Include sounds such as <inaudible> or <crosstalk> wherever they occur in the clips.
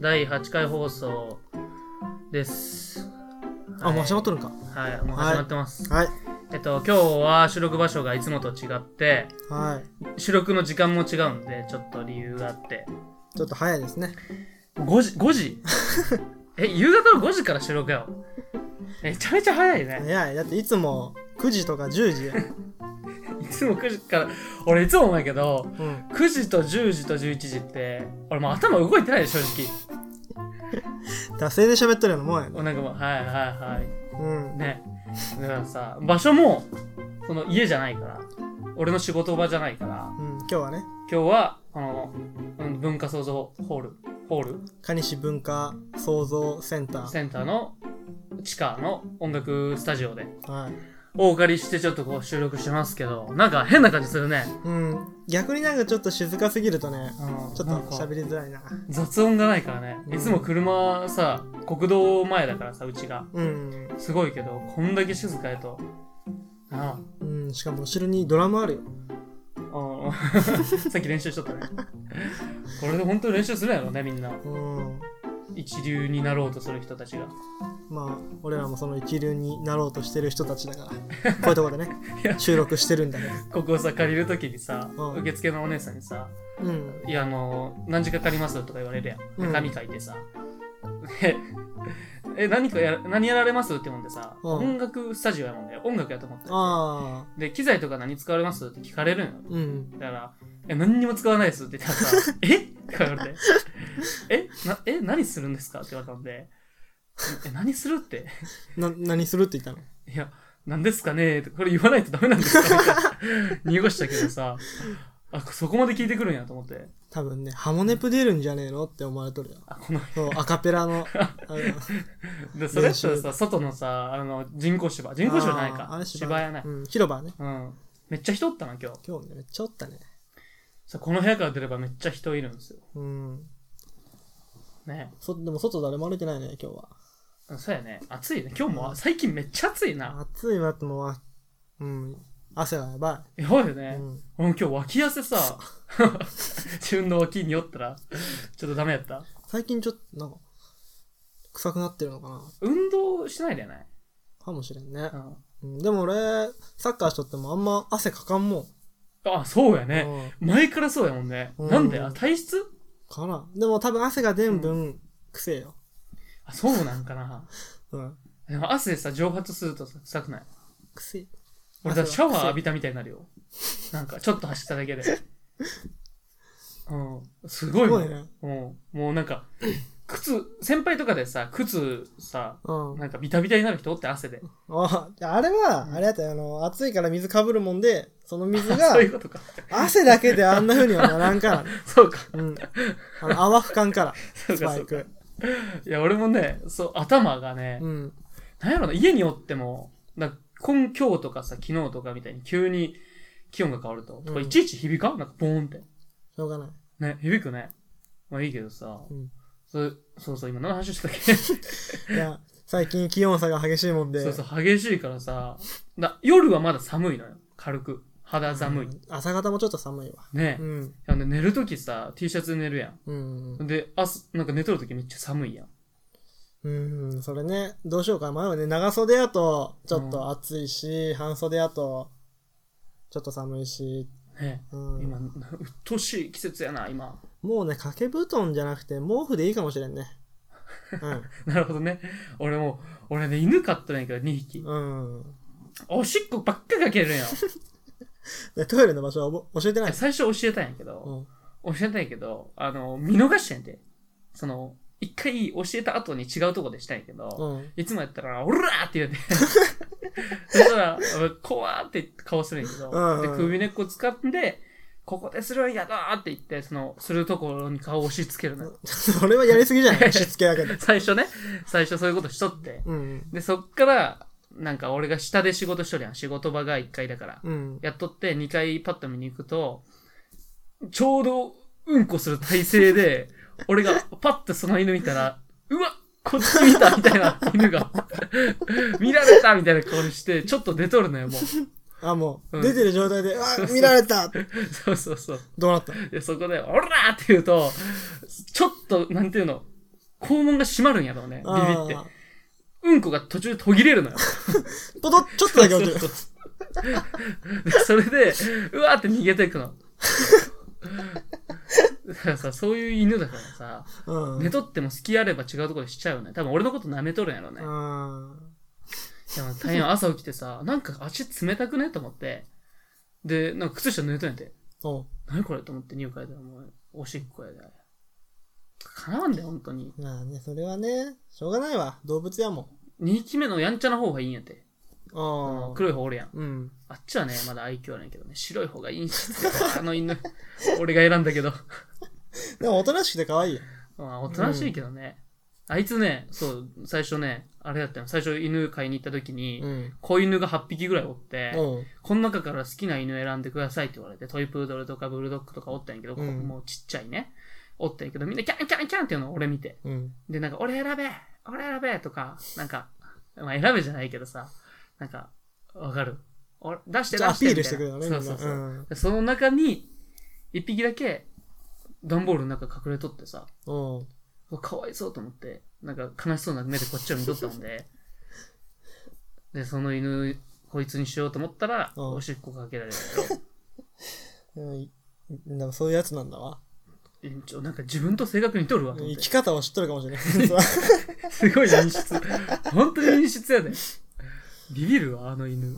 第8回放送です。あ、もう始まっととるんか。はい、もう始まってます。はい。えっと、今日は収録場所がいつもと違って、はい。収録の時間も違うんで、ちょっと理由があって。ちょっと早いですね。 5時 ?5 時 <laughs> え、夕方の5時から収録やろ。めちゃめちゃ早いね。早い。だっていつも9時とか10時や。いつも9時から、俺いつも思うけど、うん。 9時と10時と11時って、俺もう頭動いてないで、正直。惰性で喋っとるようなもんやね。おなんかもう、はいはいはい。うん。ねだからさ場所もその家じゃないから俺の仕事場じゃないからうん。今日はね、今日はこの、うん、文化創造ホールホール蟹市文化創造センター。センターの地下の音楽スタジオではい。お借りしてちょっとこう収録してますけどなんか変な感じするね、うん。逆になんかちょっと静かすぎるとね、うん、ちょっとなんか喋りづらいな。雑音がないからねうんいつも車さ国道前だからさうちがうん。すごいけどこんだけ静かやとああうん。しかも後ろにドラムあるよ。うん <laughs> さっき練習しとったね。これで本当に練習するんやろね、みんな。うん。一流になろうとする人たちが。まあ、俺らもその一流になろうとしてる人たちだから、こう <laughs> いうところでねいや、収録してるんだけここをさ、借りるときにさ、うん受付のお姉さんにさ、ど。うん。いや、あの、何時間かかりますとか言われるやん。うん中身書いてさ。ええ、何かや、何やられますってもんでさ、うん音楽スタジオやもんで、音楽やと思って。ああ。で、機材とか何使われますって聞かれるんよ。うん。だから、え、何にも使わないですって言ったらさ、えって言われて、えな、え、何するんですかって言われたんで、え、何するって、な、何するって言ったのいや、何ですかねってこれ言わないとダメなんですかみ <laughs> たいな濁したけどさ、あ、そこまで聞いてくるんやと思って、多分ね、ハモネプ出るんじゃねえのって思われとるよ。あ、この、 <laughs> そう、アカペラの。あので、それやったらさ、外のさ、あの、人工芝、人工芝じゃないあーかあ。れ芝やない。うん、広場ね。うん。めっちゃ人おったな、今日。今日ね、めっちゃおったね。さ、この部屋から出ればめっちゃ人いるんですよ。うん。ね。そ、でも外誰も歩いてないね、今日は。そうやね。暑いね。今日も、最近めっちゃ暑いな。暑いわってもう、あうん。汗がやばやばいよい。ね。うん。俺も今日脇汗 <laughs> さ自分の脇に酔ったらちょっとダメやった最近ちょっと、なんか、臭くなってるのかな運動しないでない、かもしれんねう。んうん、でも俺、サッカーしとってもあんま汗かかんもん。あそうやね、うん。前からそうやもんね、うんなんであ体質かな。でも多分汗が出ん分、臭えよ。あそうなんかなうん。でも汗さ蒸発するとさ臭くない臭い。俺だからシャワー浴びたみたいになるよなんかちょっと走っただ <laughs> けでうんすごいすもごんいね。うんもうなんか靴先輩とかでさ靴さうん。なんかビタビタになる人おって汗でああれは、あれやったよ、あの、暑いから水かぶるもんで、その水 <laughs> がそう、いうことか汗だけであんな風にはならんから、 <laughs> そうかうん。あの、泡俯瞰から、 <laughs> そうスかパそうイかク。いや、俺もね、そう、頭がね、うん。なんやろな、家におっても、なんか今今日とかさ、昨日とかみたいに急に気温が変わると、とかうんいちいち響かんなんかボーンって。しょうがない。ね、響くね。まあいいけどさ、うんそそうそう、今何の話してたっけ <laughs> そいや、最近気温差が激しいもんで。うそう、激しいからさ、だ夜はまだ寒いのよ。軽く。肌寒い。うん朝方もちょっと寒いわ。ねう。ん。なんで寝るときさ、T シャツで寝るやうんん。。で、朝、なんか寝とるときめっちゃ寒いやん。うん、それね、どうしようか。前はね、長袖やと、ちょっと暑いし、半袖やと、ちょっと寒いし、ね。うん。今、うっとうしい季節やな、今。もうね、掛け布団じゃなくて、毛布でいいかもしれんね。 <laughs> なるほどね。俺もう、俺ね、犬飼ってないけど、2匹。うん。うん。おしっこばっかかけ <laughs> るんよ。でトイレの場所はおぼ教えてないです。最初教えたんやけど、うん。教えたんやけど、あの、見逃してんで。その、一回教えた後に違うとこでしたんやけど、うん。いつもやったら、オラーって言うて。 <laughs> <laughs> そしたら、怖ーって顔するんやけど、うんうんで首根っこ使って、ここでするんやだーって言って、その、するところに顔を押し付けるのよ。それはやりすぎじ <laughs> ゃないしつけだけど。最初ね、最初そういうことしとって。うん。で、そっから、なんか俺が下で仕事しとるやん。仕事場が1階だから。うん。やっとって2回パッと見に行くと、ちょうどうんこする体勢で、俺がパッとその犬見たら、うわこっち見たみたいな犬が、見られたみたいな顔して、ちょっと出とるのよ、もう。あ、もうう、ん出てる状態で、そうあ、そう見られたそうそうそう。どうなったで、そこで、オラーって言うと、ちょっと、なんていうの、肛門が閉まるんやろうね、ビビってあ。うんこが途中で途切れるのよ。ーポトッ、ちょっとだけ落ちる。そうそうでそれで、うわーって逃げていくの。だからさ、そういう犬だからさ、うん。寝とっても隙あれば違うところでしちゃうよね。多分俺のこと舐めとるんやろうね。あでも大変朝起きてさ、なんか足冷たくねと思って。で、なんか靴下濡れとんやて。ーお何これと思って匂い嗅いだらもう、おしっこやで。かなわんで、本当に。まあね、それはね、しょうがないわ。動物やもん。 2匹目のやんちゃな方がいいんやて。ああ。黒い方おるやん。うん。あっちはね、まだ愛嬌ないけどね、白い方がいいんし、あの犬。 <laughs> 俺が選んだけど。でも、おとなしくて可愛いよ。まあ、おとなしいけどね。あいつね、そう、最初ね、あれだったの。最初犬買いに行った時に、うん。子犬が8匹ぐらいおって、うん。この中から好きな犬選んでくださいって言われて、トイプードルとかブルドッグとかおったんやけど、こうんもうちっちゃいね。おったんやけど、みんなキャンキャンキャンっていうのを俺見て。うん。で、なんか、俺選べ俺選べとか、なんか、まあ選べじゃないけどさ、なんか、わかる。俺出して出じゃあアしてピみたいな。ールしてくれるのね、みんそな。うそうそう。んでその中に、一匹だけ、段ボールの中隠れとってさ、うん。かわいそうと思って、なんか悲しそうな目でこっちを見とったもんで、で、その犬、こいつにしようと思ったら、うんおしっこかけられるうんなんかそういうやつなんだわ。よえちょなんか自分と性格にとるわ、と思って生き方を知っとるかもしれ <laughs> ない。すごい陰湿。本当に陰湿やね。ビビるわ、あの犬。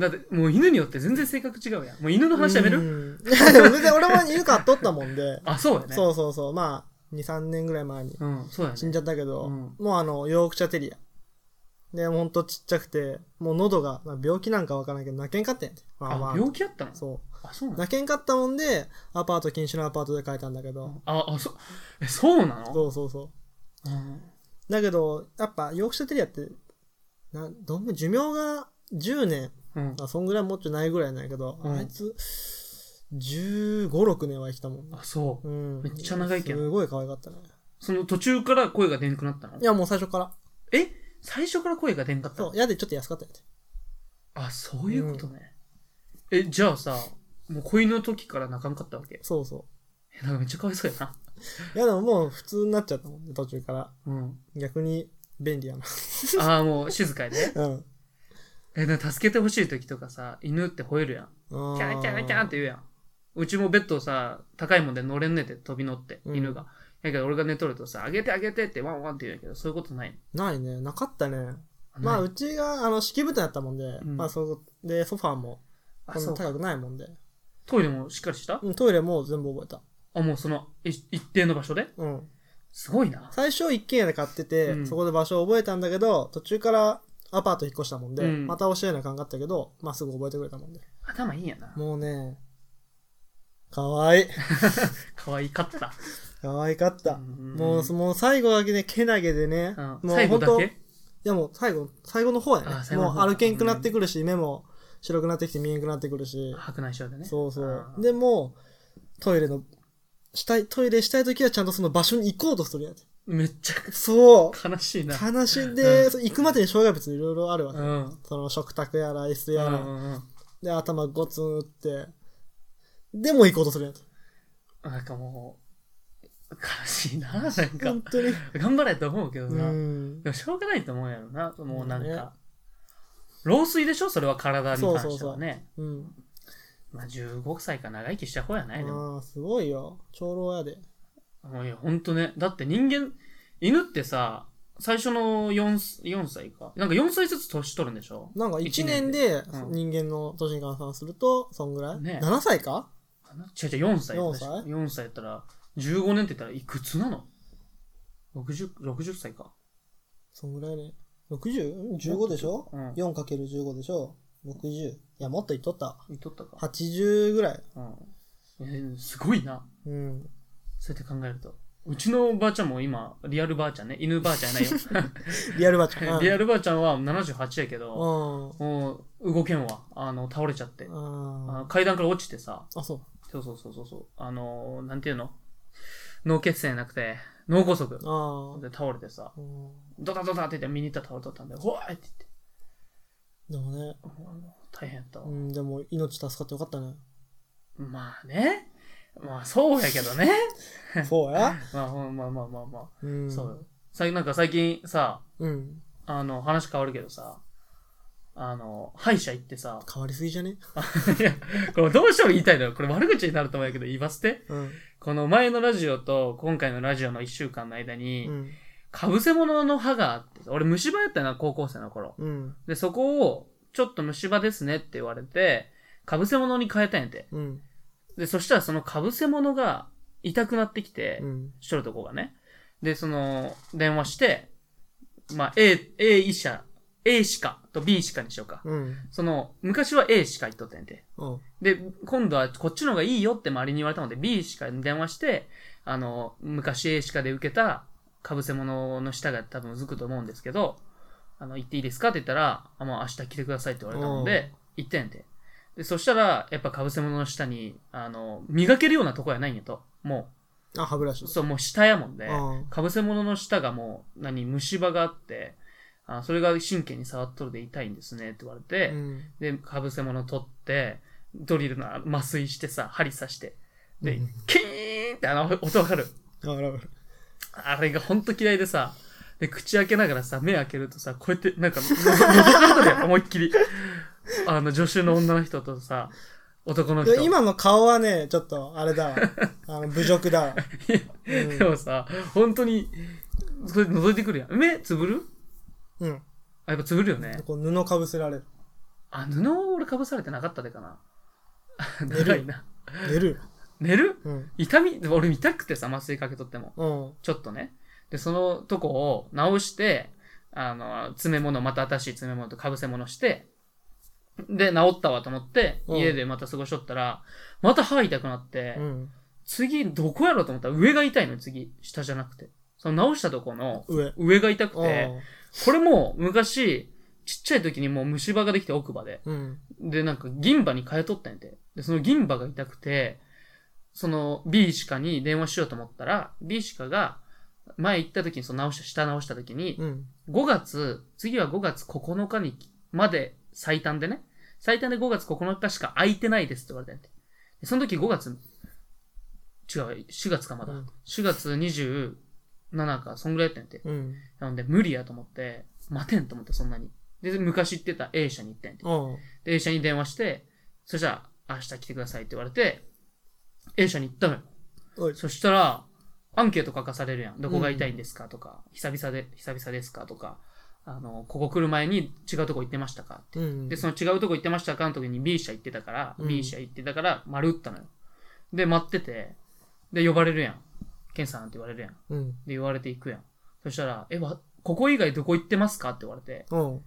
だって、もう犬によって全然性格違うやん。もう犬の話やめるるいや、でも全然俺も犬飼っとったもんで <laughs> 、あ、そうやね。そうそうそう、まあ、2、3年ぐらい前にうん、そうや死んね。じゃったけど、うんもうあの、ヨークシャテリア。で、ほんとちっちゃくて、もう喉が、まあ病気なんかわからんけど、泣けんかったんやて。まあまああ、、病気やったのそあ、そうう。なの泣けんかったもんで、アパート禁止のアパートで飼えたんだけど、あ、あ、そう、え、そうなのそうそうそう。うんだけど、やっぱ、ヨークシャテリアって、な、どんぐ寿命が10年、うん。あそんぐらいもっとないぐらいなんやけど、うんあいつ、15、6年は生きたもんなあ、そう。うん。めっちゃ長いけんすごい可愛かったね。その途中から声が出んくなったのいや、もう最初から。え最初から声が出んかったそのう、やでちょっと安かったやつ。あ、そういうことね。え、じゃあさ、もう子犬の時から泣かんかったわけそうそえ、なんかめっちゃかわいそうやな。う。いや、でももう普通になっちゃったもんね、途中から。うん。逆に便利やな。ああ、もう静かにね。 <laughs> うん。え、でも助けてほしい時とかさ、犬って吠えるやん。キャンキャンキャンって言うやん。うちもベッドさ、高いもんで乗れんねて飛び乗って、うん犬が。だけど俺が寝とるとさ、あげてあげてってワンワンって言うんやけど、そういうことない。ないね、なかったね。まあ、ないうちが、あの、敷布団やったもんで、んまあ、そこで、ソファーも、あ、そんそなうか。高くないもんで。トイレもしっかりしたうん、トイレも全部覚えた。あ、もうその、い一定の場所でうん。すごいな。最初一軒家で買ってて、うんそこで場所覚えたんだけど、途中からアパート引っ越したもんで、うんまた教えなあかんかったけど、まあ、すぐ覚えてくれたもんで。頭いいんやな。もうね、かわいい。可愛かった。かわいかった。んもう、もう最後だけね、けなげでね、うんもう最後本だ当いけやもう最後、最後の方やあね。最後のも方う歩けんくなってくるし、目も白くなってきて見えんくなってくるし、白内障でね。そうそうあ。ーでも、トイレの、したい、トイレしたい時はちゃんとその場所に行こうとするやつ。めっちゃそう。悲しいな。悲しんうで、んそう行くまでに障害物いろいろあるわうけ。ん。その食卓やら、椅子うんやうら、んうん。で、頭ゴツン打って、でも行こうとするやつ。なんかもう、悲しいな。なんか本、当に。頑張れと思うけどうな。ん。でもしょうがないと思うやろな、もうなんねか。老衰でしょそれは体に関そうそうしてそはうね。うん。まあ15歳か長生きした方やないでも。ああ、すごいよ。長老やで。もういや、ほんとね。だって人間、犬ってさ、最初の 4, 4歳か。なんか4歳ずつ年取るんでしょなんか1一年年でうん人間の年に換算すると、そんぐらい、ね ?7 歳かかな違う違う、4歳。 4歳確か4歳やったら、15年って言ったらいくつなの ?60、60歳か。そんぐらいね。60?15 でしょ、うん ?4×15 でしょ ?60。いや、もっといっとったわ。いっとったか。 80ぐらい。うん。えーすごいな。うん。そうやって考えると。うちのばあちゃんも今、リアルばあちゃんね。犬ばあちゃんやないよ。 <laughs> リアルバーチャ <laughs> ン。リアル。ルばあちゃんは78やけうど、ん。あもう動けんわ。あの、倒れちゃって。ああ。階段から落ちてさ、あ、そう。そうそうそうそうそう、あのー、なんていうの脳血栓なくて、脳梗塞でああ。倒れてさ、うんドタドタって言って見に行ったら倒れとったんで、ほわーってでもね、言って、もう大変やったわ <laughs> う。ん、でも命助かってよかったね。まあね、まあそうやけどね。そうやまあほんまあまあまあまあ。うん。そうよ。さなんか最近さ、うん。あの、話変わるけどさ、あの、歯医者行ってさ、変わりすぎじゃねいや、これどうしても言いたいのよ。これ悪口になると思うんやけど、言わせて。うん。この前のラジオと今回のラジオの1週間の間に、うん。かぶせ物の歯があって、俺虫歯やったよな、高校生の頃。うん。で、そこを、ちょっと虫歯ですねって言われて、かぶせ物に変えたんやて。うん。で、そしたらそのかぶせ物が痛くなってきて、うん。しとるとこがね。で、その、電話して、まあ、A、A 医者、A 歯科と B 歯科にしようか。うん。その、昔は A 歯科行っとったんやて。うん。で、今度はこっちの方がいいよって周りに言われたので、B しか電話して、あの、昔 A 歯科で受けた被せ物の下が多分うずくと思うんですけど、あの、行っていいですかって言ったら、あ、もう明日来てくださいって言われたので、行ってんて。で、そしたら、やっぱ被せ物の下に、あの、磨けるようなとこやないんやと。もあ、歯ブラシう、。そう、もう下やもんで、うん被せ物の下がもう、何、虫歯があって、あそれが神経に触っとるで痛いんですねって言われて、うん。で、かぶせ物取って、ドリルの麻酔してさ、針刺して。でうん、キーンってあの音わかる。あらあらあれがほんと嫌いでさ、で、口開けながらさ、目開けるとさ、こうやって、なんか、の覗かれとる <laughs> やん、思いっきり。あの、助手の女の人とさ、男の人。 <laughs> で今の顔はね、ちょっと、あれだわ。あの、侮辱だわ。うんでもさ、本当に、それ覗いてくるやん。目つぶるうん。あ、やっぱつぶるよね。こう、布かぶせられる。あ、布を俺かぶされてなかったでかな。 <laughs> 寝る長いな。寝る。寝るうん。痛み、でも俺痛くてさ、麻酔かけとっても。うん。ちょっとね。で、そのとこを直して、あの、詰め物、また新しい詰め物と被せ物して、で、治ったわと思って、うん家でまた過ごしとったら、また歯痛くなって、うん。次どこやろうと思ったら上が痛いの、次。下じゃなくて。その直したとこの上。上が痛くて、うこれも昔、ちっちゃい時にもう虫歯ができて奥歯で。ん。うん。で、なんか銀歯に変えとったんやて。で、その銀歯が痛くて、その B 歯科に電話しようと思ったら、B 歯科が前行った時に、その直した、下直した時に、うん。 5月、次は5月9日に、まで最短でね、最短で5月9日しか空いてないですって言われたんやて。でその時5月、違う、4月かまだ。うん4月27か、そんぐらいやったんやて。うん。なので無理やと思って、待てんと思ってそんなに。で、昔行ってた A 社に行ったんやて。うん。で、A 社に電話して、そしたら、明日来てくださいって言われて、A 社に行ったのよ。おい。そしたら、アンケート書かされるやん。どこが痛いんですかとか、久々で、久々ですかとか、あの、ここ来る前に違うとこ行ってましたかうん。で、その違うとこ行ってましたかの時に B 社行ってたから、うん B 社行ってたから、丸打ったのよ。で、待ってて、で、呼ばれるやん。ケンさんって言われるやん。で、うん。言われて行くやん。そしたら、え、わここ以外どこ行ってますかって言われて、うん。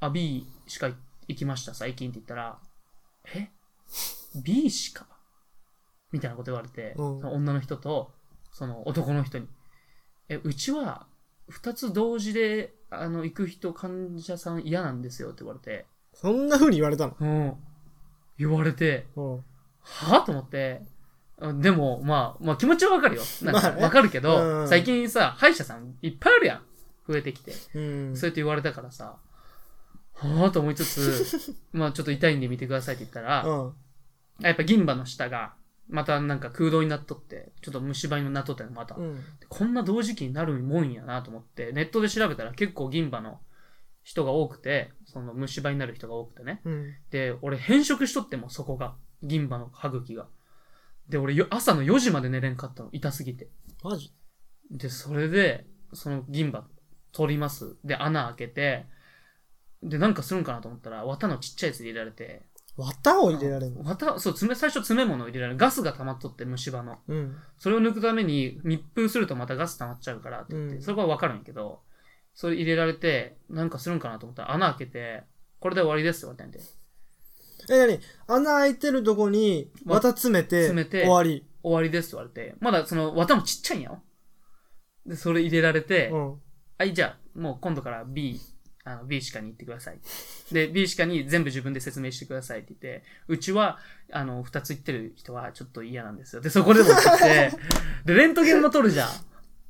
あ、B しか行きました、最近って言ったら、え ?B しかみたいなこと言われて、うんその女の人と、その男の人に、え、うちは、二つ同時で、あの、行く人、患者さん嫌なんですよって言われて、そんな風に言われたの。うん。言われて、うん。はぁと思って、あでも、まあ、まあ気持ちはわかるよ。なんかまあねわかるけうど、ん最近さ、歯医者さんいっぱいあるやん。増えてきて。うん。そうやって言われたからさ、はぁと思いつ <laughs> つ、まあちょっと痛いんで見てくださいって言ったら、うん。あやっぱ銀歯の下が、またなんか空洞になっとって、ちょっと虫歯になっとったの、また。うん。こんな同時期になるもんやなと思って、ネットで調べたら結構銀歯の人が多くて、その虫歯になる人が多くてね。うん。で、俺変色しとっても、そこが。銀歯の歯茎が。で、俺よ朝の4時まで寝れんかったの、痛すぎて。マジで、それで、その銀歯取ります。で、穴開けて、で、なんかするんかなと思ったら、綿のちっちゃいやつ入れられて。綿を入れられるの綿、そう、爪、最初詰め物を入れられる。ガスが溜まっとって、虫歯の。うん。それを抜くために密封するとまたガス溜まっちゃうからって言って、うんそれはわかるんやけど、それ入れられて、なんかするんかなと思ったら、穴開けて、これで終わりですって言われたんで、え、なに穴開いてるとこに、綿詰めて、詰めて終わり。終わりですって言われて、まだその綿もちっちゃいんやよ。で、それ入れられて、うん。はい、じゃあ、もう今度から B、あの B 歯科に行ってください。で、B 歯科に全部自分で説明してくださいって言って、うちは、あの、二つ行ってる人はちょっと嫌なんですよ。で、そこでも行って、で、レントゲンも取るじゃん。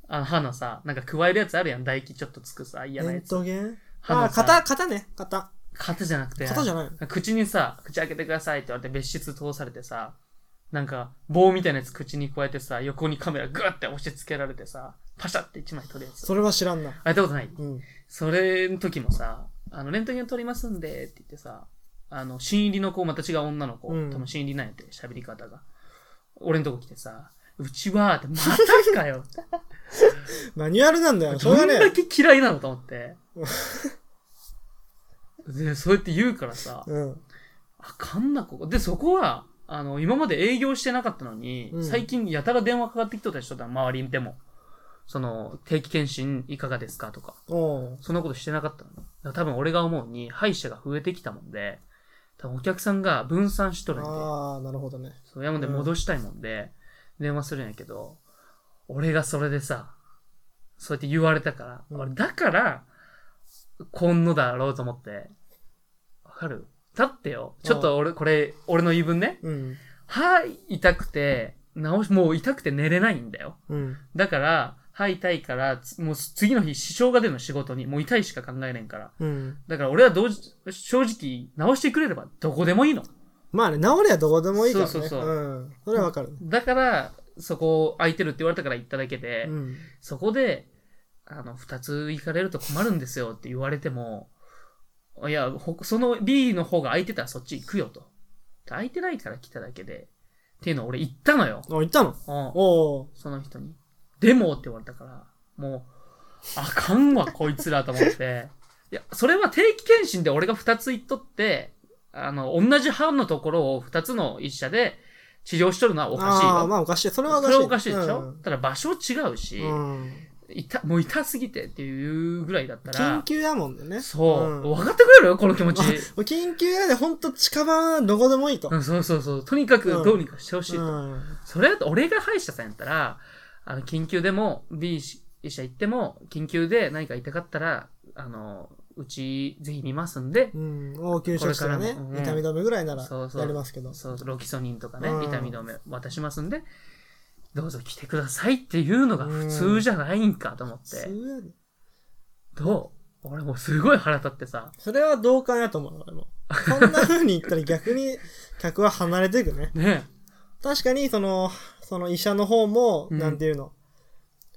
あの、歯のさ、なんか加えるやつあるやん。唾液ちょっとつくさ、嫌なレやンつ。トゲン歯あのー、さ型、型ね。型。型じゃなくて、型じゃないの口にさ、口開けてくださいって言われて別室通されてさ、なんか、棒みたいなやつ口に加えてさ、横にカメラグーって押し付けられてさ、パシャって一枚撮るやつ。それは知らんな。あ、やったことないうん。それの時もさ、あの、レントゲン撮りますんで、って言ってさ、あの、新入りの子、また違う女の子、うん多分新入りなんやって、喋り方が。俺のとこ来てさ、うちは、って、またか <laughs> よ。マニュアルなんだよ。しょうどがんねだけ嫌いなのと思 <laughs> って。で、そうやって言うからさえ。、うん。あかんな、ここ。で、そこは、あの、今まで営業してなかったのに、うん最近やたら電話かかってきとったりしとったの周りにでも。その、定期検診いかがですかとか。おう。そんなことしてなかったのね。だから多分俺が思うに、歯医者が増えてきたもんで、多分お客さんが分散しとるんで、ああ、なるほどね。そう山で戻したいもんで、電話するんやけど、俺がそれでさ、そうやって言われたから、うん俺だから、こんのだろうと思って。わかるだってよ、ちょっと俺、これ、俺の言い分ね。うん。歯痛くて、治し、もう痛くて寝れないんだよ。うん。だから、歯痛いから、つもう次の日支障が出るの仕事に、もう痛いしか考えないから。うん。だから俺はどうじ正直、直してくれればどこでもいいの。まあね、治りゃどこでもいいからね。。そうそうそうんそれはわかる。だから、そこ空いてるって言われたから行っただけで、うん。そこで、あの、二つ行かれると困るんですよって言われても、いや、ほその B の方が空いてたらそっち行くよと。空いてないから来ただけで、っていうのを俺言ったのよ。あ、行ったのうんおう。その人に。でもって言われたから、もう、あかんわ、こいつらと思って。いや、それは定期検診で俺が2つ行っとって、あの、同じ班のところを2つの医者で治療しとるのはおかしいああ、よ。まあおかしい。それはおそかしい。れはおかしいでしょ、うんただ場所違うし、うん。痛もう痛すぎてっていうぐらいだった緊ら、急やもんでね。そう、ん分かってくれるよ、この気持ち。緊急やで、ほんと近場どこでもいいと。うん、そうそうそう。とにかくどうにかしてほしいとうん。それだと俺が歯医者さんやったら、あの、緊急でも、B 医者行っても、緊急で何か痛かったら、あの、うち、ぜひ見ますんで、うん。応急処置とかこれねからもう、ん痛み止めぐらいならそうそうやりますけど。そう、ロキソニンとかね、うん痛み止め渡しますんで、どうぞ来てくださいっていうのが普通じゃないんかと思って、そうやでどう俺もうすごい腹立ってさ、それは同感やと思う、俺も。そんな風に言ったら <laughs> 逆に客は離れていくね。ね確かに、その、その医者の方も、うんなんていうの、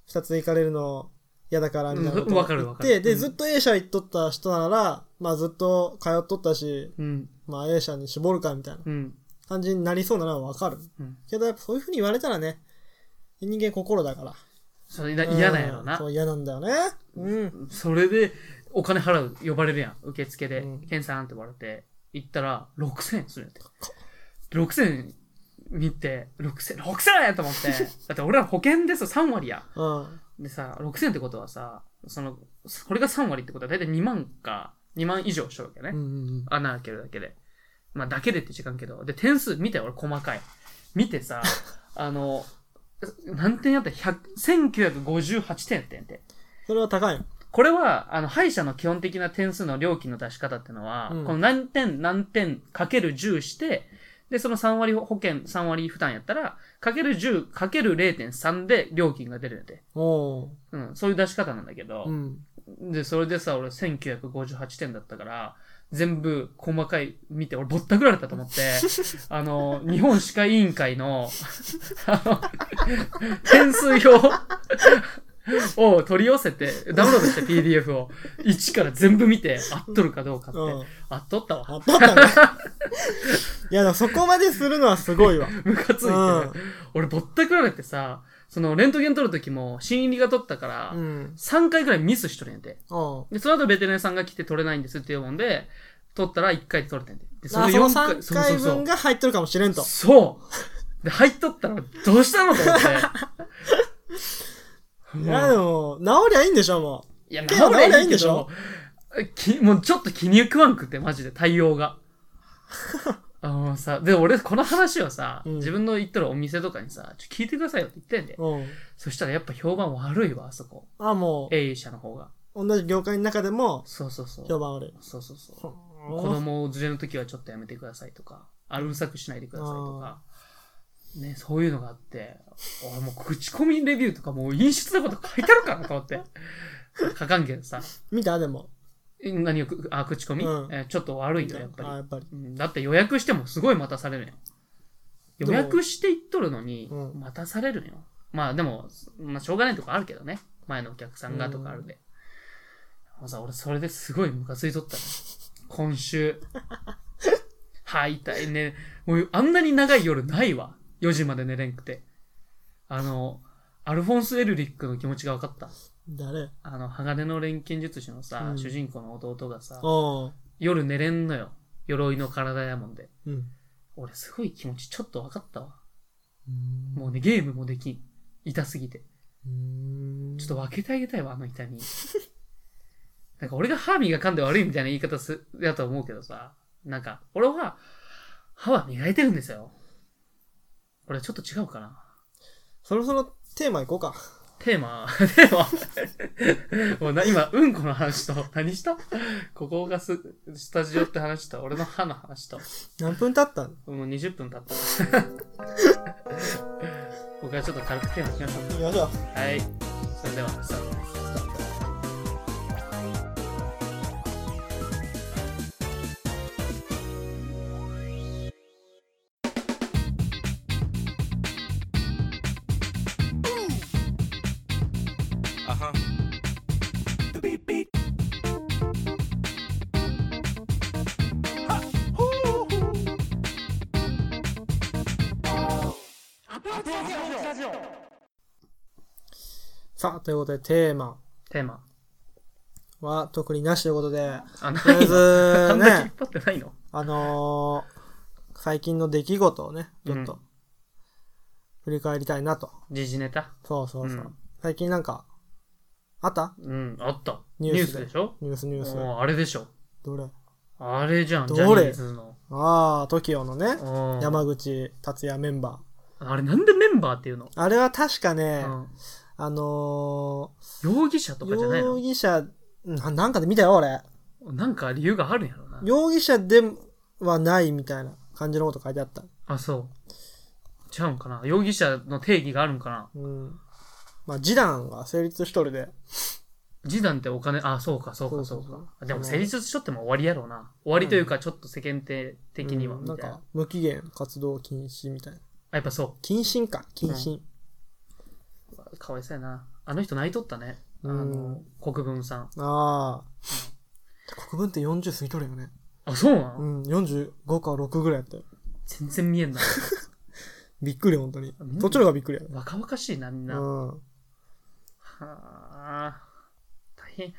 二つ行かれるの嫌だから、みたいなことうんをわかるわかる言ってうで、んずっと A 社行っとった人なら、まあずっと通っとったし、うん、まあ A 社に絞るか、みたいなうん、感じになりそうなのはわかる。うん。けどやっぱそういう風に言われたらね、人間心だから。それな嫌なんやろうんなそ。う嫌なんだよね。うん。それで、お金払う、呼ばれるやん、受付で。うんケンさんって言われて、行ったら、6000円するんやって高。 6000円見て、6000、6000円と思 <laughs> って。だって俺ら保険ですよ、3割や。うん。でさ、6000円ってことはさ、その、これが3割ってことは大体2万か、2万以上しとるわけね。うんうん穴開けるだけで。まあ、だけでって時間けど。で、点数見て、俺細かい。見て <laughs> さ、あの、何点やった ?100、1958点やってんて。それは高いの。これは、あの、歯医者の基本的な点数の料金の出し方ってのは、うんこの何点何点かける10して、で、その3割保険、3割負担やったら、かける10かける0.3で料金が出るんやて。おうん、そういう出し方なんだけううど、ん。で、それでさ、俺1958点だったから、全部細かい見て、俺ぼったくられたと思って、あの、日本歯科委員会の、あの、点数表を取り寄せて、ダウンロードした PDF を、一から全部見て、合っとるかどうかって。うん。合っとったわ。あったったね。 <laughs> いや、でもそこまでするのはすごいわ。ムカついて、うん俺ぼったくられてさ、その、レントゲン取る時も、新入りが取ったからう、ん。 3回くらいミスしとるんやて。おうで、その後ベテランさんが来て取れないんですっていうもんで、取ったら1回で取れてんで。で、あその四3回そうそうそ分うが入ってるかもしれんと。そうで、入っとったらどうしたのと思って。 <laughs> いや、でも、治りゃいいんでしょ、もいや、手は治りゃいい治りゃいいんけでしどょ、きもうちょっと気に食わんくて、マジで、対応 <laughs> が。あのさ、で、俺、この話をさ、うん自分の行っとるお店とかにさ、ちょ聞いてくださいよって言ってんでう。。うん。そしたらやっぱ評判悪いわ、あそこ。あ、も A 社の方が。う、同じ業界の中でも、そうそうそう。評判悪い。そうそうそう。子子。供を連れの時はちょっとやめてくださいとか、あうるさくしないでくださいとか、ね、そういうのがあって、俺もう口コミレビューとかもう陰湿なこと書いてあるかなと思って。書かんけどさ。見たでも。え何をく、あ、口コミ、うんえーちょっと悪いよ、やっあ、ぱやっぱり。り。うんだって予約してもすごい待たされるやん。予約して行っとるのにう、ん待たされるんよ。まあでも、まあしょうがないとこあるけどね。前のお客さんがとかあるんで。もうさ、俺それですごいムカついとったね。今 <laughs> 週。はい、痛いね。もうあんなに長い夜ないわ。4時まで寝れんくて。あの、アルフォンス・エルリックの気持ちが分かった。誰あの、鋼の錬金術師のさ、うん主人公の弟がさ、おう夜寝れんのよ。鎧の体やもんで。うん。俺すごい気持ちちょっと分かったわ。ももうね、ゲームもできん。痛すぎて。うん。ちょっと分けてあげたいわ、あの痛み。 <laughs> なんか俺が歯磨かんで悪いみたいな言い方す、だと思うけどさ。なんか、俺は、歯は磨いてるんですよ。俺ちょっと違うかな。そろそろテーマいこうか。テーマ、 <laughs> テーマ。 <laughs> もうな、今、うんこの話と、何したここがす、スタジオって話と、俺の歯の話と、何分経ったもう20分経った。僕はちょっと軽くテーマしましょう。行きましょう。はい。それでは、スタートです。 Uh-huh. The beat beat. Ha! さあ、ということでテーマテーマ。は特になしということで、あ、なとりあいえの <laughs> あずんだけ引っ、ね張ってないのあのー、最近の出来事をね、ちょっうと、振り返りたいなと。時事ネタそうそうそう。うん最近なんか、あったうん、あった。ニニュューーススででしょニュースニュース。もう、あれでしょ。どれあれじゃん、どジれャニーズの。ああ、TOKIO のね、うん山口達也メンバあれ、なんでメンバーっていうのー。あれは確かうね、んあの容疑者とー、かじゃない容の疑者な、なんかで見たよ、俺。なんか理由があるんやろな。容疑者ではないみたいな感じのこと書いてあった。あ、そう。違うんかな容疑者の定義があるんかなうん。まあ、示談が成立しとるで。示談ってお金、あ、そうか、そうか、そそううそうそうか。でも成立しとっても終わりやろうな。終わりというか、ちょっと世間体的には、うんみなたんいな。か、無期限活動禁止みたいな。あやっぱそ謹慎か、謹慎。う。かわいそうやな。あの人泣いとったね。あうの、国分さん。ああ。国分って40過ぎとるよね。あ、そうなのうん、45か6ぐらいやったよ。全然見えんな。びっくり、本当にうん。そっちの方がびっくりやね若々しいな、みんな。は <laughs> うん。あ。大変。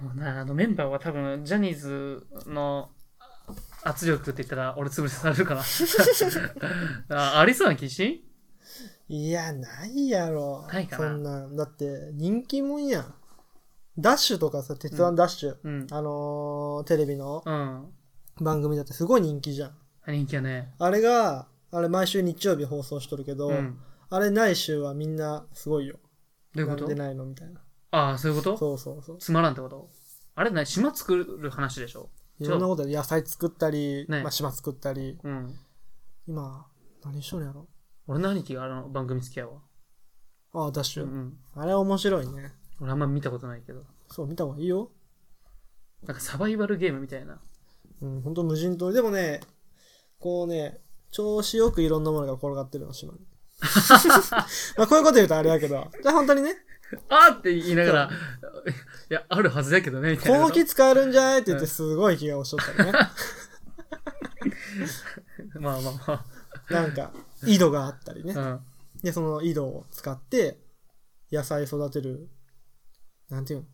もうな、あのメンバーは多分、ジャニーズの圧力って言ったら、俺潰される <laughs> かな。あありそうな気しいや、ないやろ。ないかなそんなん。だって、人気もんやん。ダッシュとかさ、鉄腕ダッシュ。うん。あのー、テレビのうん。番組だってすごい人気じゃん。人気やね。あれが、あれ毎週日曜日放送しとるけど、うん。あれない週はみんなすごいよ。どういうこなんとでないのみたいな。ああ、そういうことそうそうそう。つまらんってことあれな、島作る話でしょいろんなことで野菜作ったり、ねまあ、島作ったり。うん。今、何しとるやろ俺の兄貴があの番組好きやわ。ああ、ダッシうュ。ん。あれは面白いね。俺あんま見たことないけど。そう、見た方がいいよ。なんかサバイバルゲームみたいな。うん、ほんと無人島に。でもね、こうね、調子よくいろんなものが転がってるの、 <laughs> 島に。まあ、こういうこと言うとあれやけど。じゃあ本当にね、 <laughs> あーって言いながら、 <laughs> いや、あるはずだけ <laughs> どね、みたいな後こと。期使えるんじゃないって言ってすごい気がおしとったりね。まあまあなんか、井戸があったりね。まあ。うん。で、その井戸を使って、野菜育てる、なんていうの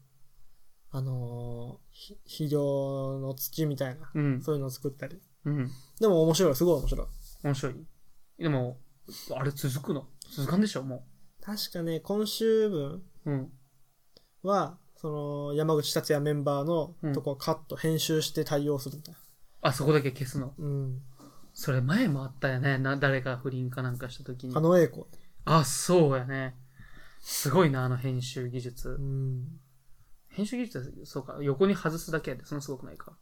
あのーひ肥料の土みたいな、 <laughs> うん。そういうのを作ったり。うん。でも面白い、すごい面白い。面白い。でも、あれ続くの続かんでしょも確かね、今週分う。うん。は、その、山口達也メンバーのうんとこをカット、編集して対応するみたいな。あそこだけ消すの。うん。それ前もあったよね。な誰か不倫かなんかした時に狩。野英孝。あ、そうやね。すごいな、あの編集技う術。ん。編集技術はそうか。横に外すだけやで、そんなすごくないか。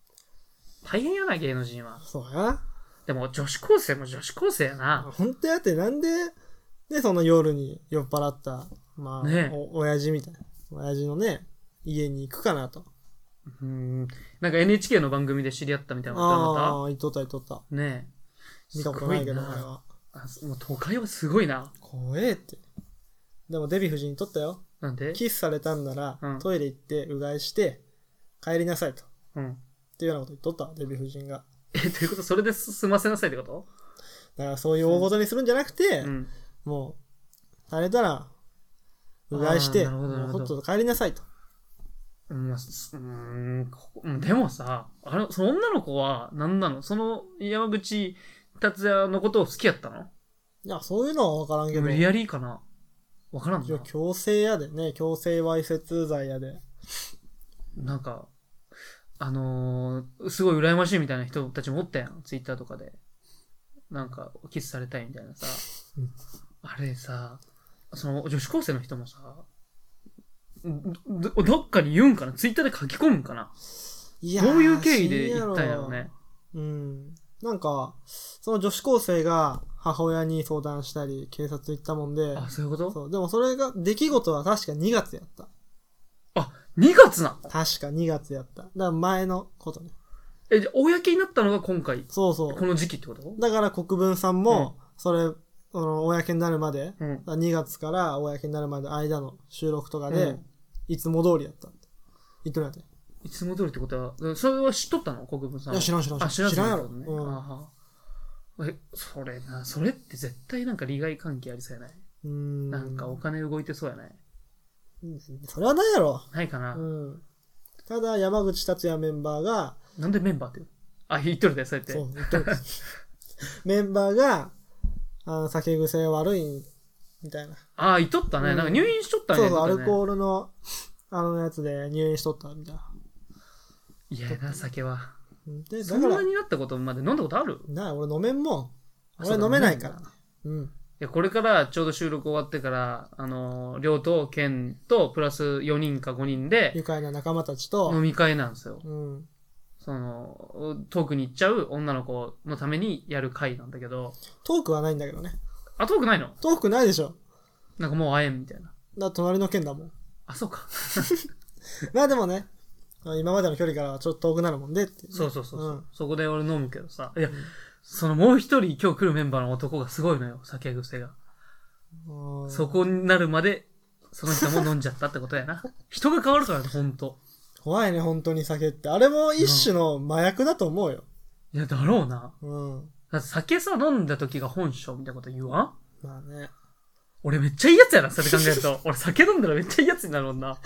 大変やな、芸能人は。そうや。でも、女子高生も女子高生やな。本当やって、なんで、で、その夜に酔っ払った、まあ、ねえお親父みたいな。親父のね、家に行くかなと。うん。なんか NHK の番組で知り合ったみたいなことなかったああ、いっとったいっとった。ねえ。見たことないけど、すあごれは。あすもう都会はすごいな。怖えって。でもデヴィ夫人にとったよ。なんでキスされたんなら、うんトイレ行ってうがいして帰りなさいと。っうん。ていうようなこと言っとった、デヴィ夫人が。え、ということ、それで済ませなさいってことだからそういう大ごとにするんじゃなくて、うん。もう、されたら、うがいして、あーなるほどなるもうほどとっとと帰りなさいと。うんまあすうーんここうんでもさ、あれ、その女の子は何なのその山口達也のことを好きやったのいや、そういうのは分からんけど無、理やりかなわからん一応な。強制やでね、強制わいせつ罪やで。なんか、あのーすごい羨ましいみたいな人たちもおったやん、ツイッターとかで。なんか、キスされたいみたいなさうん。あれさ、その女子高生の人もさ、どどどっかに言うんかなツイッターで書き込むんかないどやうーいう経緯で言ったんやろう。ね。うん。なんか、その女子高生が母親に相談したり、警察行ったもんで、あ、そういうことそう。でもそれが、出来事は確か2月やった。あ、2月なの確か2月やった。だから前のことね。え、じゃあ公になったのが今回、そうそこう。の時期ってことだから国分さんも、それ、その、公になるまで、うん。 2月から公になるまでの間の収録とかで、うんいつも通りやったって。言ってるやて。いつも通りってことは、それは知っとったの国分さんはいや、。知らん知らんあ、知ら知らんやなろ。いね。うんああえ、それな、それって絶対なんか利害関係ありそうやない、うーん。なんかお金動いてそうやないそれはないやろ。ないかな、うん。ただ、山口達也メンバーが、なんでメンバーって言うのあ、言っとるで、そうやって。そう、言っとるメンバーが、あの、酒癖悪い、みたいな。ああ、言っとったね、うんなんか入院しとったね。そうそう、アなんかルねコールの、あのやつで入院しとった、みたいな。いやな、酒は。うんで、そだんからな、になったことまで飲んだことあるなあ、俺飲めんもん。そう俺だ飲めないから飲めんだ。ねうん。いや、これからちょうど収録終わってから、あのー、りょうと、けんと、プラス4人か5人で愉快な仲間たち飲と、み会なんですよ。うん。その、遠くに行っちゃう女の子のためにやる会なんだけど、トークはないんだけどね。あ、遠くないのトークないでしょ。なんかもう会えんみたいな。だ、隣の県だもん。あ、そうか。まあでもね、今までの距離からはちょっと遠くなるもんでって。そうそうそうそう、うんそこで俺飲むけどさ。いや、そのもう一人今日来るメンバーの男がすごいのよ、酒癖が。うんそこになるまで、その人も飲んじゃったってことやな。 <laughs> 人が変わるからね、ほんと。怖いね、本当に酒って。あれも一種の麻薬だと思うよ。いや、だろうな。うん。だって酒さ、飲んだ時が本性みたいなこと言わんまあね。俺めっちゃいいやつやな、それ考える <laughs> と。俺酒飲んだらめっちゃいいやつになるもんな。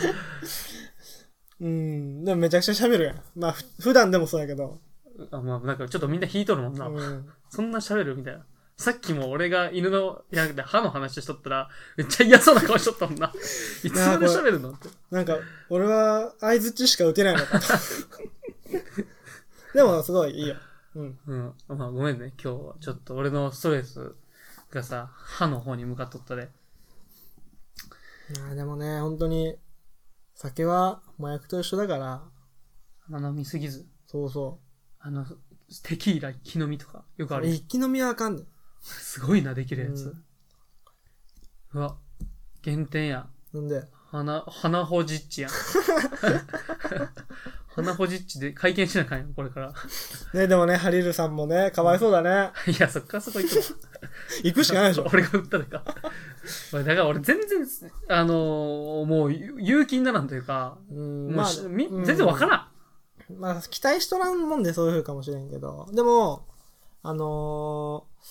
うん。でもめちゃくちゃ喋るやん。まあ、ふ普段でもそうやけど。あまあ、なんかちょっとみんな引いとるもんうな。ん。そんな喋るみたいな。さっきも俺が犬の、いや、歯の話しとったら、めっちゃ嫌そうな顔しとったもんな。いつまで喋るのって。なんか、俺は相づちしか打てないのかと。 <laughs> でも、すごいいいよ。うん。うん。まあごめんね、今日は。ちょっと俺のストレスがさ、歯の方に向かっとったで。まあでもね、本当に、酒は麻薬と一緒だから、あの飲みすぎず。そうそあの、テキーラ、木の実とか、よくあう。る。一気飲みはあかんねん。すごいな、できるやうつん。うわ、減点や。なんで、鼻、鼻ほじっち <laughs> やん。鼻ほじっちで会見しなあかんよ、これから。 <laughs> ね、でもね、ハリルさんもね、かわいそうだね。いや、そっからそこ行くの。。行くしかないでしょ <laughs> 俺が打ったのか。俺だから俺全然、あのーもう、勇気にならんというか、うんもうし、み全然わかん。らん。まあ、期待しとらんもんでそういう風かもしれんけど。でも、あのー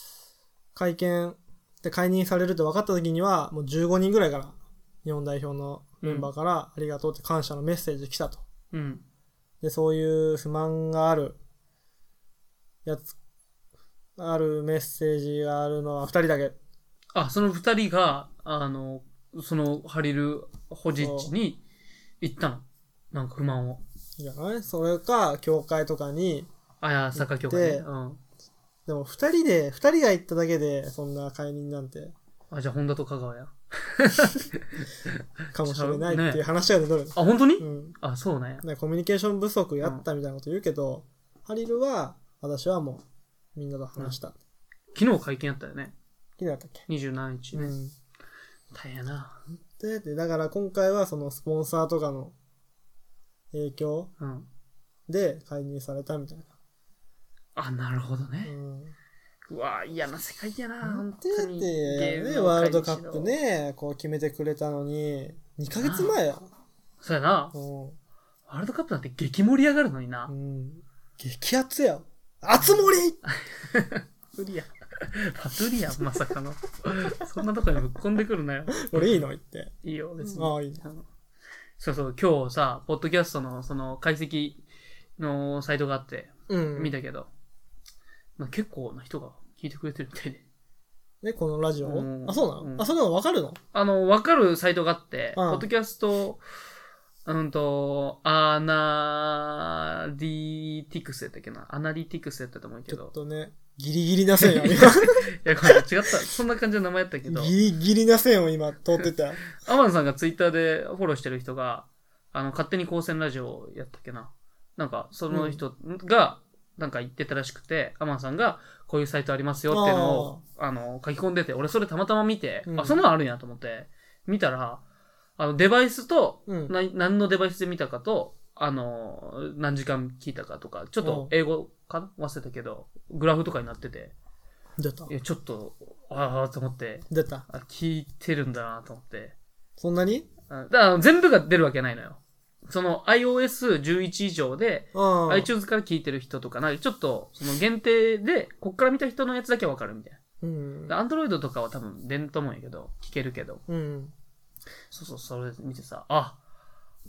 会見で解任されるって分かった時には、もう15人ぐらいから、日本代表のメンバーから、ありがとうって感謝のメッセージ来たと。うん。で、そういう不満がある、やつ、あるメッセージがあるのは2人だけ。あ、その二人が、あの、その、ハリル・ホジッチに行ったの。なんか不満を。じゃないそれか、教会とかに、あや、サッカー協会ね。でうん。でも2人で、2人が行っただけで、そんな解任なんて、あ、じゃあ、本田と香川や。あ、かもしれないっていう話が出とる。本当に、うん。あ、そうなんや。ね、コミュニケーション不足やったみたいなこと言うけど、ハリルは、私はもう、みんなと話した。昨日会見やったよね。気になったっけ、 27日ね。うん。大変やな。で、でだから今回はそのスポンサーとかの影響うん。で介入されたみたいな。あ、なるほどね。うん。うわー嫌な世界やななん本て当っにて、ゲね、ムワールのドカ回にしろップね、こう決めてくれたのに、2ヶ月前や。そうやなうん。ワールドカップなんて激盛り上がるのになうん。激アツや。熱盛りパトリアパトリアまさかのそんなとこにぶっ込んでくるなよ俺いいの言って。いいよ別にああ、いいの。うんそうそう今日さポッドキャストのその解析のサイトがあってうん。見たけど、まあ、結構な人が聞いてくれてるみたいでね、このラジオうんあ、そうなの、うんあ、そんなのわかるのあの、わかるサイトがあって、うんポッドキャスト、うんと、アナリティクスやったっけなアナリティクスやったと思うけちょっど。とね、ギリギリな線よ、いや、これ違った。そんな感じの名前やったけど <laughs> 今。、ギリギリな線を今通ってた。アマンさんがツイッターでフォローしてる人が、あの、勝手に光線ラジオやったっけななんか、その人が、なんか言ってたらしくて、アマンさんが、こういうサイトありますよっていうのを、あの、書き込んでて、俺それたまたま見て、うんあ、そんなのあるんやと思って、見たら、あの、デバイスと、うんな何のデバイスで見たかと、あの、何時間聞いたかとか、ちょっうんと英語かな忘れたけど、グラフとかになってて、出たい。や、ちょっと、ああ、と思って、出た。あ、聞いてるんだなと思って。そんなにあだから全部が出るわけないのよ。その iOS11 以上で、うん。 iTunes から聞いてる人とか、なんかちょっと、その限定で、こっから見た人のやつだけわかるみたいな。うんで。Android とかは多分出んと思うんやけど、聞けるけど。うん。そうそう、それ見てさ、あ、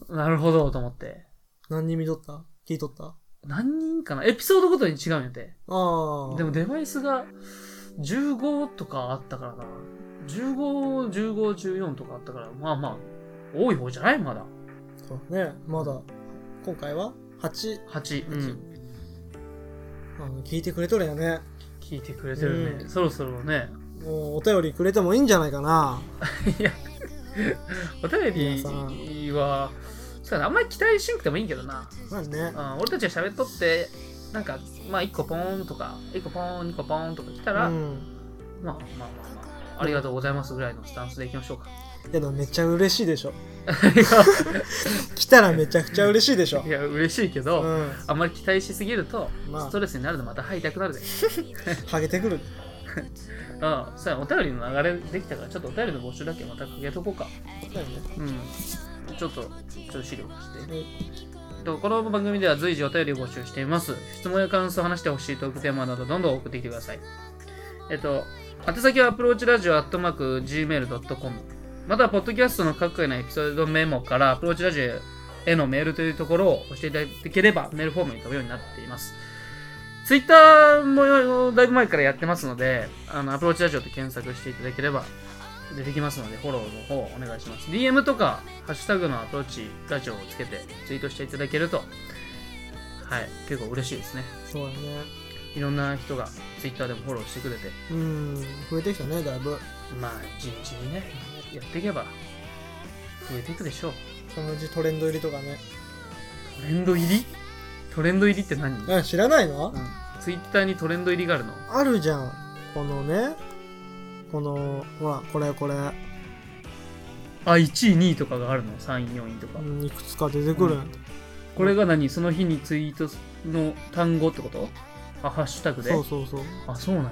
なるほど、と思って。何人見とった聞いとったあ何人かなエピソードごとに違うんやて。あ。でも、デバイスが15とかあったからな。15、15、14とかあったから、まあまあ、多い方じゃないまだ。そうね、まだ、今回は ?8。 8。うん。あの聞いてくれとるよね。聞いてくれてるね、うそろそろねもうお便りくれてもいいんじゃないかな。お便皆さりはそうだねあんまり期待しなくてもいいけどな、まあねう。ん、俺たちが喋っとってなんかまあ1個ポーンとか1個ポーン2個ポーンとか来たうら、ん。まあまあまあまあありがとうございますぐらいのスタンスでいきましょうかいやでもめっちゃ嬉しいでしょ。い来たらめちゃくちゃ嬉しいでしょや <laughs> い。や嬉しいけうど、ん。あんまり期待しすぎると、まあストレスになるとまた歯痛くなるで、ハゲてくる。うん、そうやお便りの流れできたからちょっとお便りの募集だけまたかけとこうかだよね。うんちょっとちょっと資料貸してはいえっとこの番組では随時お便りを募集しています。質問や感想を話してほしいトークテーマなどどんどん送ってきてください。えっと、宛先はアプローチラジオアットマーク Gmail.com またはポッドキャストの各回のエピソードメモからアプローチラジオへのメールというところを押していただければメールフォームに飛ぶようになっています。ツイッターもだいぶ前からやってますので、あのアプローチラジオと検索していただければ出てきますので、フォローの方お願いします。DM とか、ハッシュタグのアプローチラジオをつけてツイートしていただけると、はい、結構嬉しいですね。そうだね。いろんな人がツイッターでもフォローしてくれて、うん。増えてきたね、だいぶ。まあ、地道にね、やっていけば、増えていくでしょう。そのうちトレンド入りとかね。トレンド入りトレンド入りって何、うん、知らないのツイッターにトレンド入りがあるのあるじゃん。このね。この、ほら、これこれ。あ、1位、2位とかがあるの ?3 位、4位とかう。んいくつか出てくる。うんこれが何その日にツイートの単語ってことあ、ハッシュタグでそうそうそう。あ、そうなんや。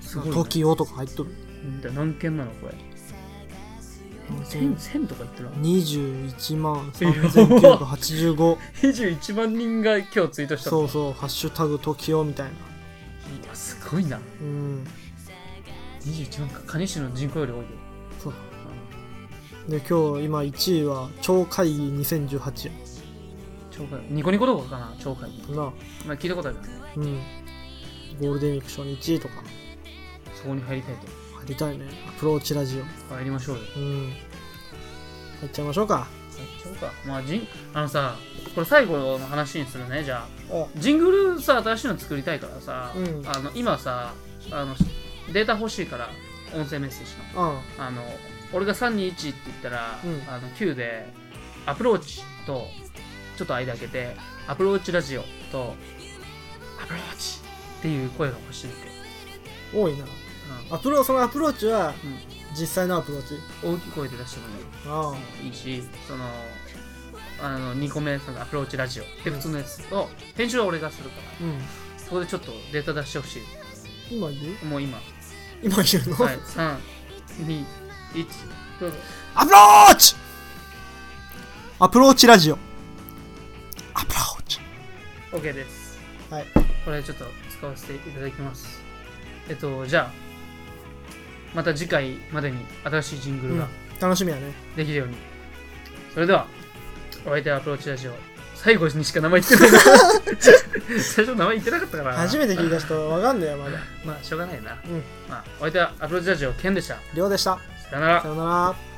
すごい、ね。 TOKIO とか入っとる。うんだ何件なのこれ。1000、1000とか言ってるの21万3985 ?21 万人が今日ツイートしたの <laughs> そうそう「ハッシュタグ時を」みたいなうわすごいな。うん21万か。蟹市の人口より多いよ。そうで今日今1位は「超会議2018超会ニコニコ動画かな超会」なまあ聞いたことあるなうんゴールデンウィーク初日とかそこに入りたいと。入りたいねアプローチラジ入りましょうよ。オうん入っちゃいましょうかそうか。まあ、じん、あのさ、これ最後の話にするね、じゃあ。あジングルさ、新しいの作りたいからさ、うんあの、今さ、あの、データ欲しいから、音声メッセージの。ああの俺が321って言ったら、うんあの9でアプローチとちょっと間空けてアプローチラジオとアプローチっていう声が欲しいって、多いなアプロそのアプローチはうん実際のアプローチうん大きい声で出してもああいいしそのあの2個目そのアプローチラジオで普通のやつと編集は俺がするからうんそこでちょっとデータ出してほしい今言うもう今。今言うの、 <laughs> はい。3、2、1、どうぞ。アプローチアプローチラジオアプローチ OK です。はいこれちょっと使わせていただきます。えっと、じゃあ、また次回までに新しいジングルが楽しみやねできるように。それでは、お相手はアプローチラジオ。最後にしか名前言ってないな。 <laughs> 最初名前言ってなかったからな。初めて聞いた人わかんねえよまだまあ、しょうがないな。うんまあ、お相手はアプローチラジオ、ケンでした。りょうでしたさよならさ。よなら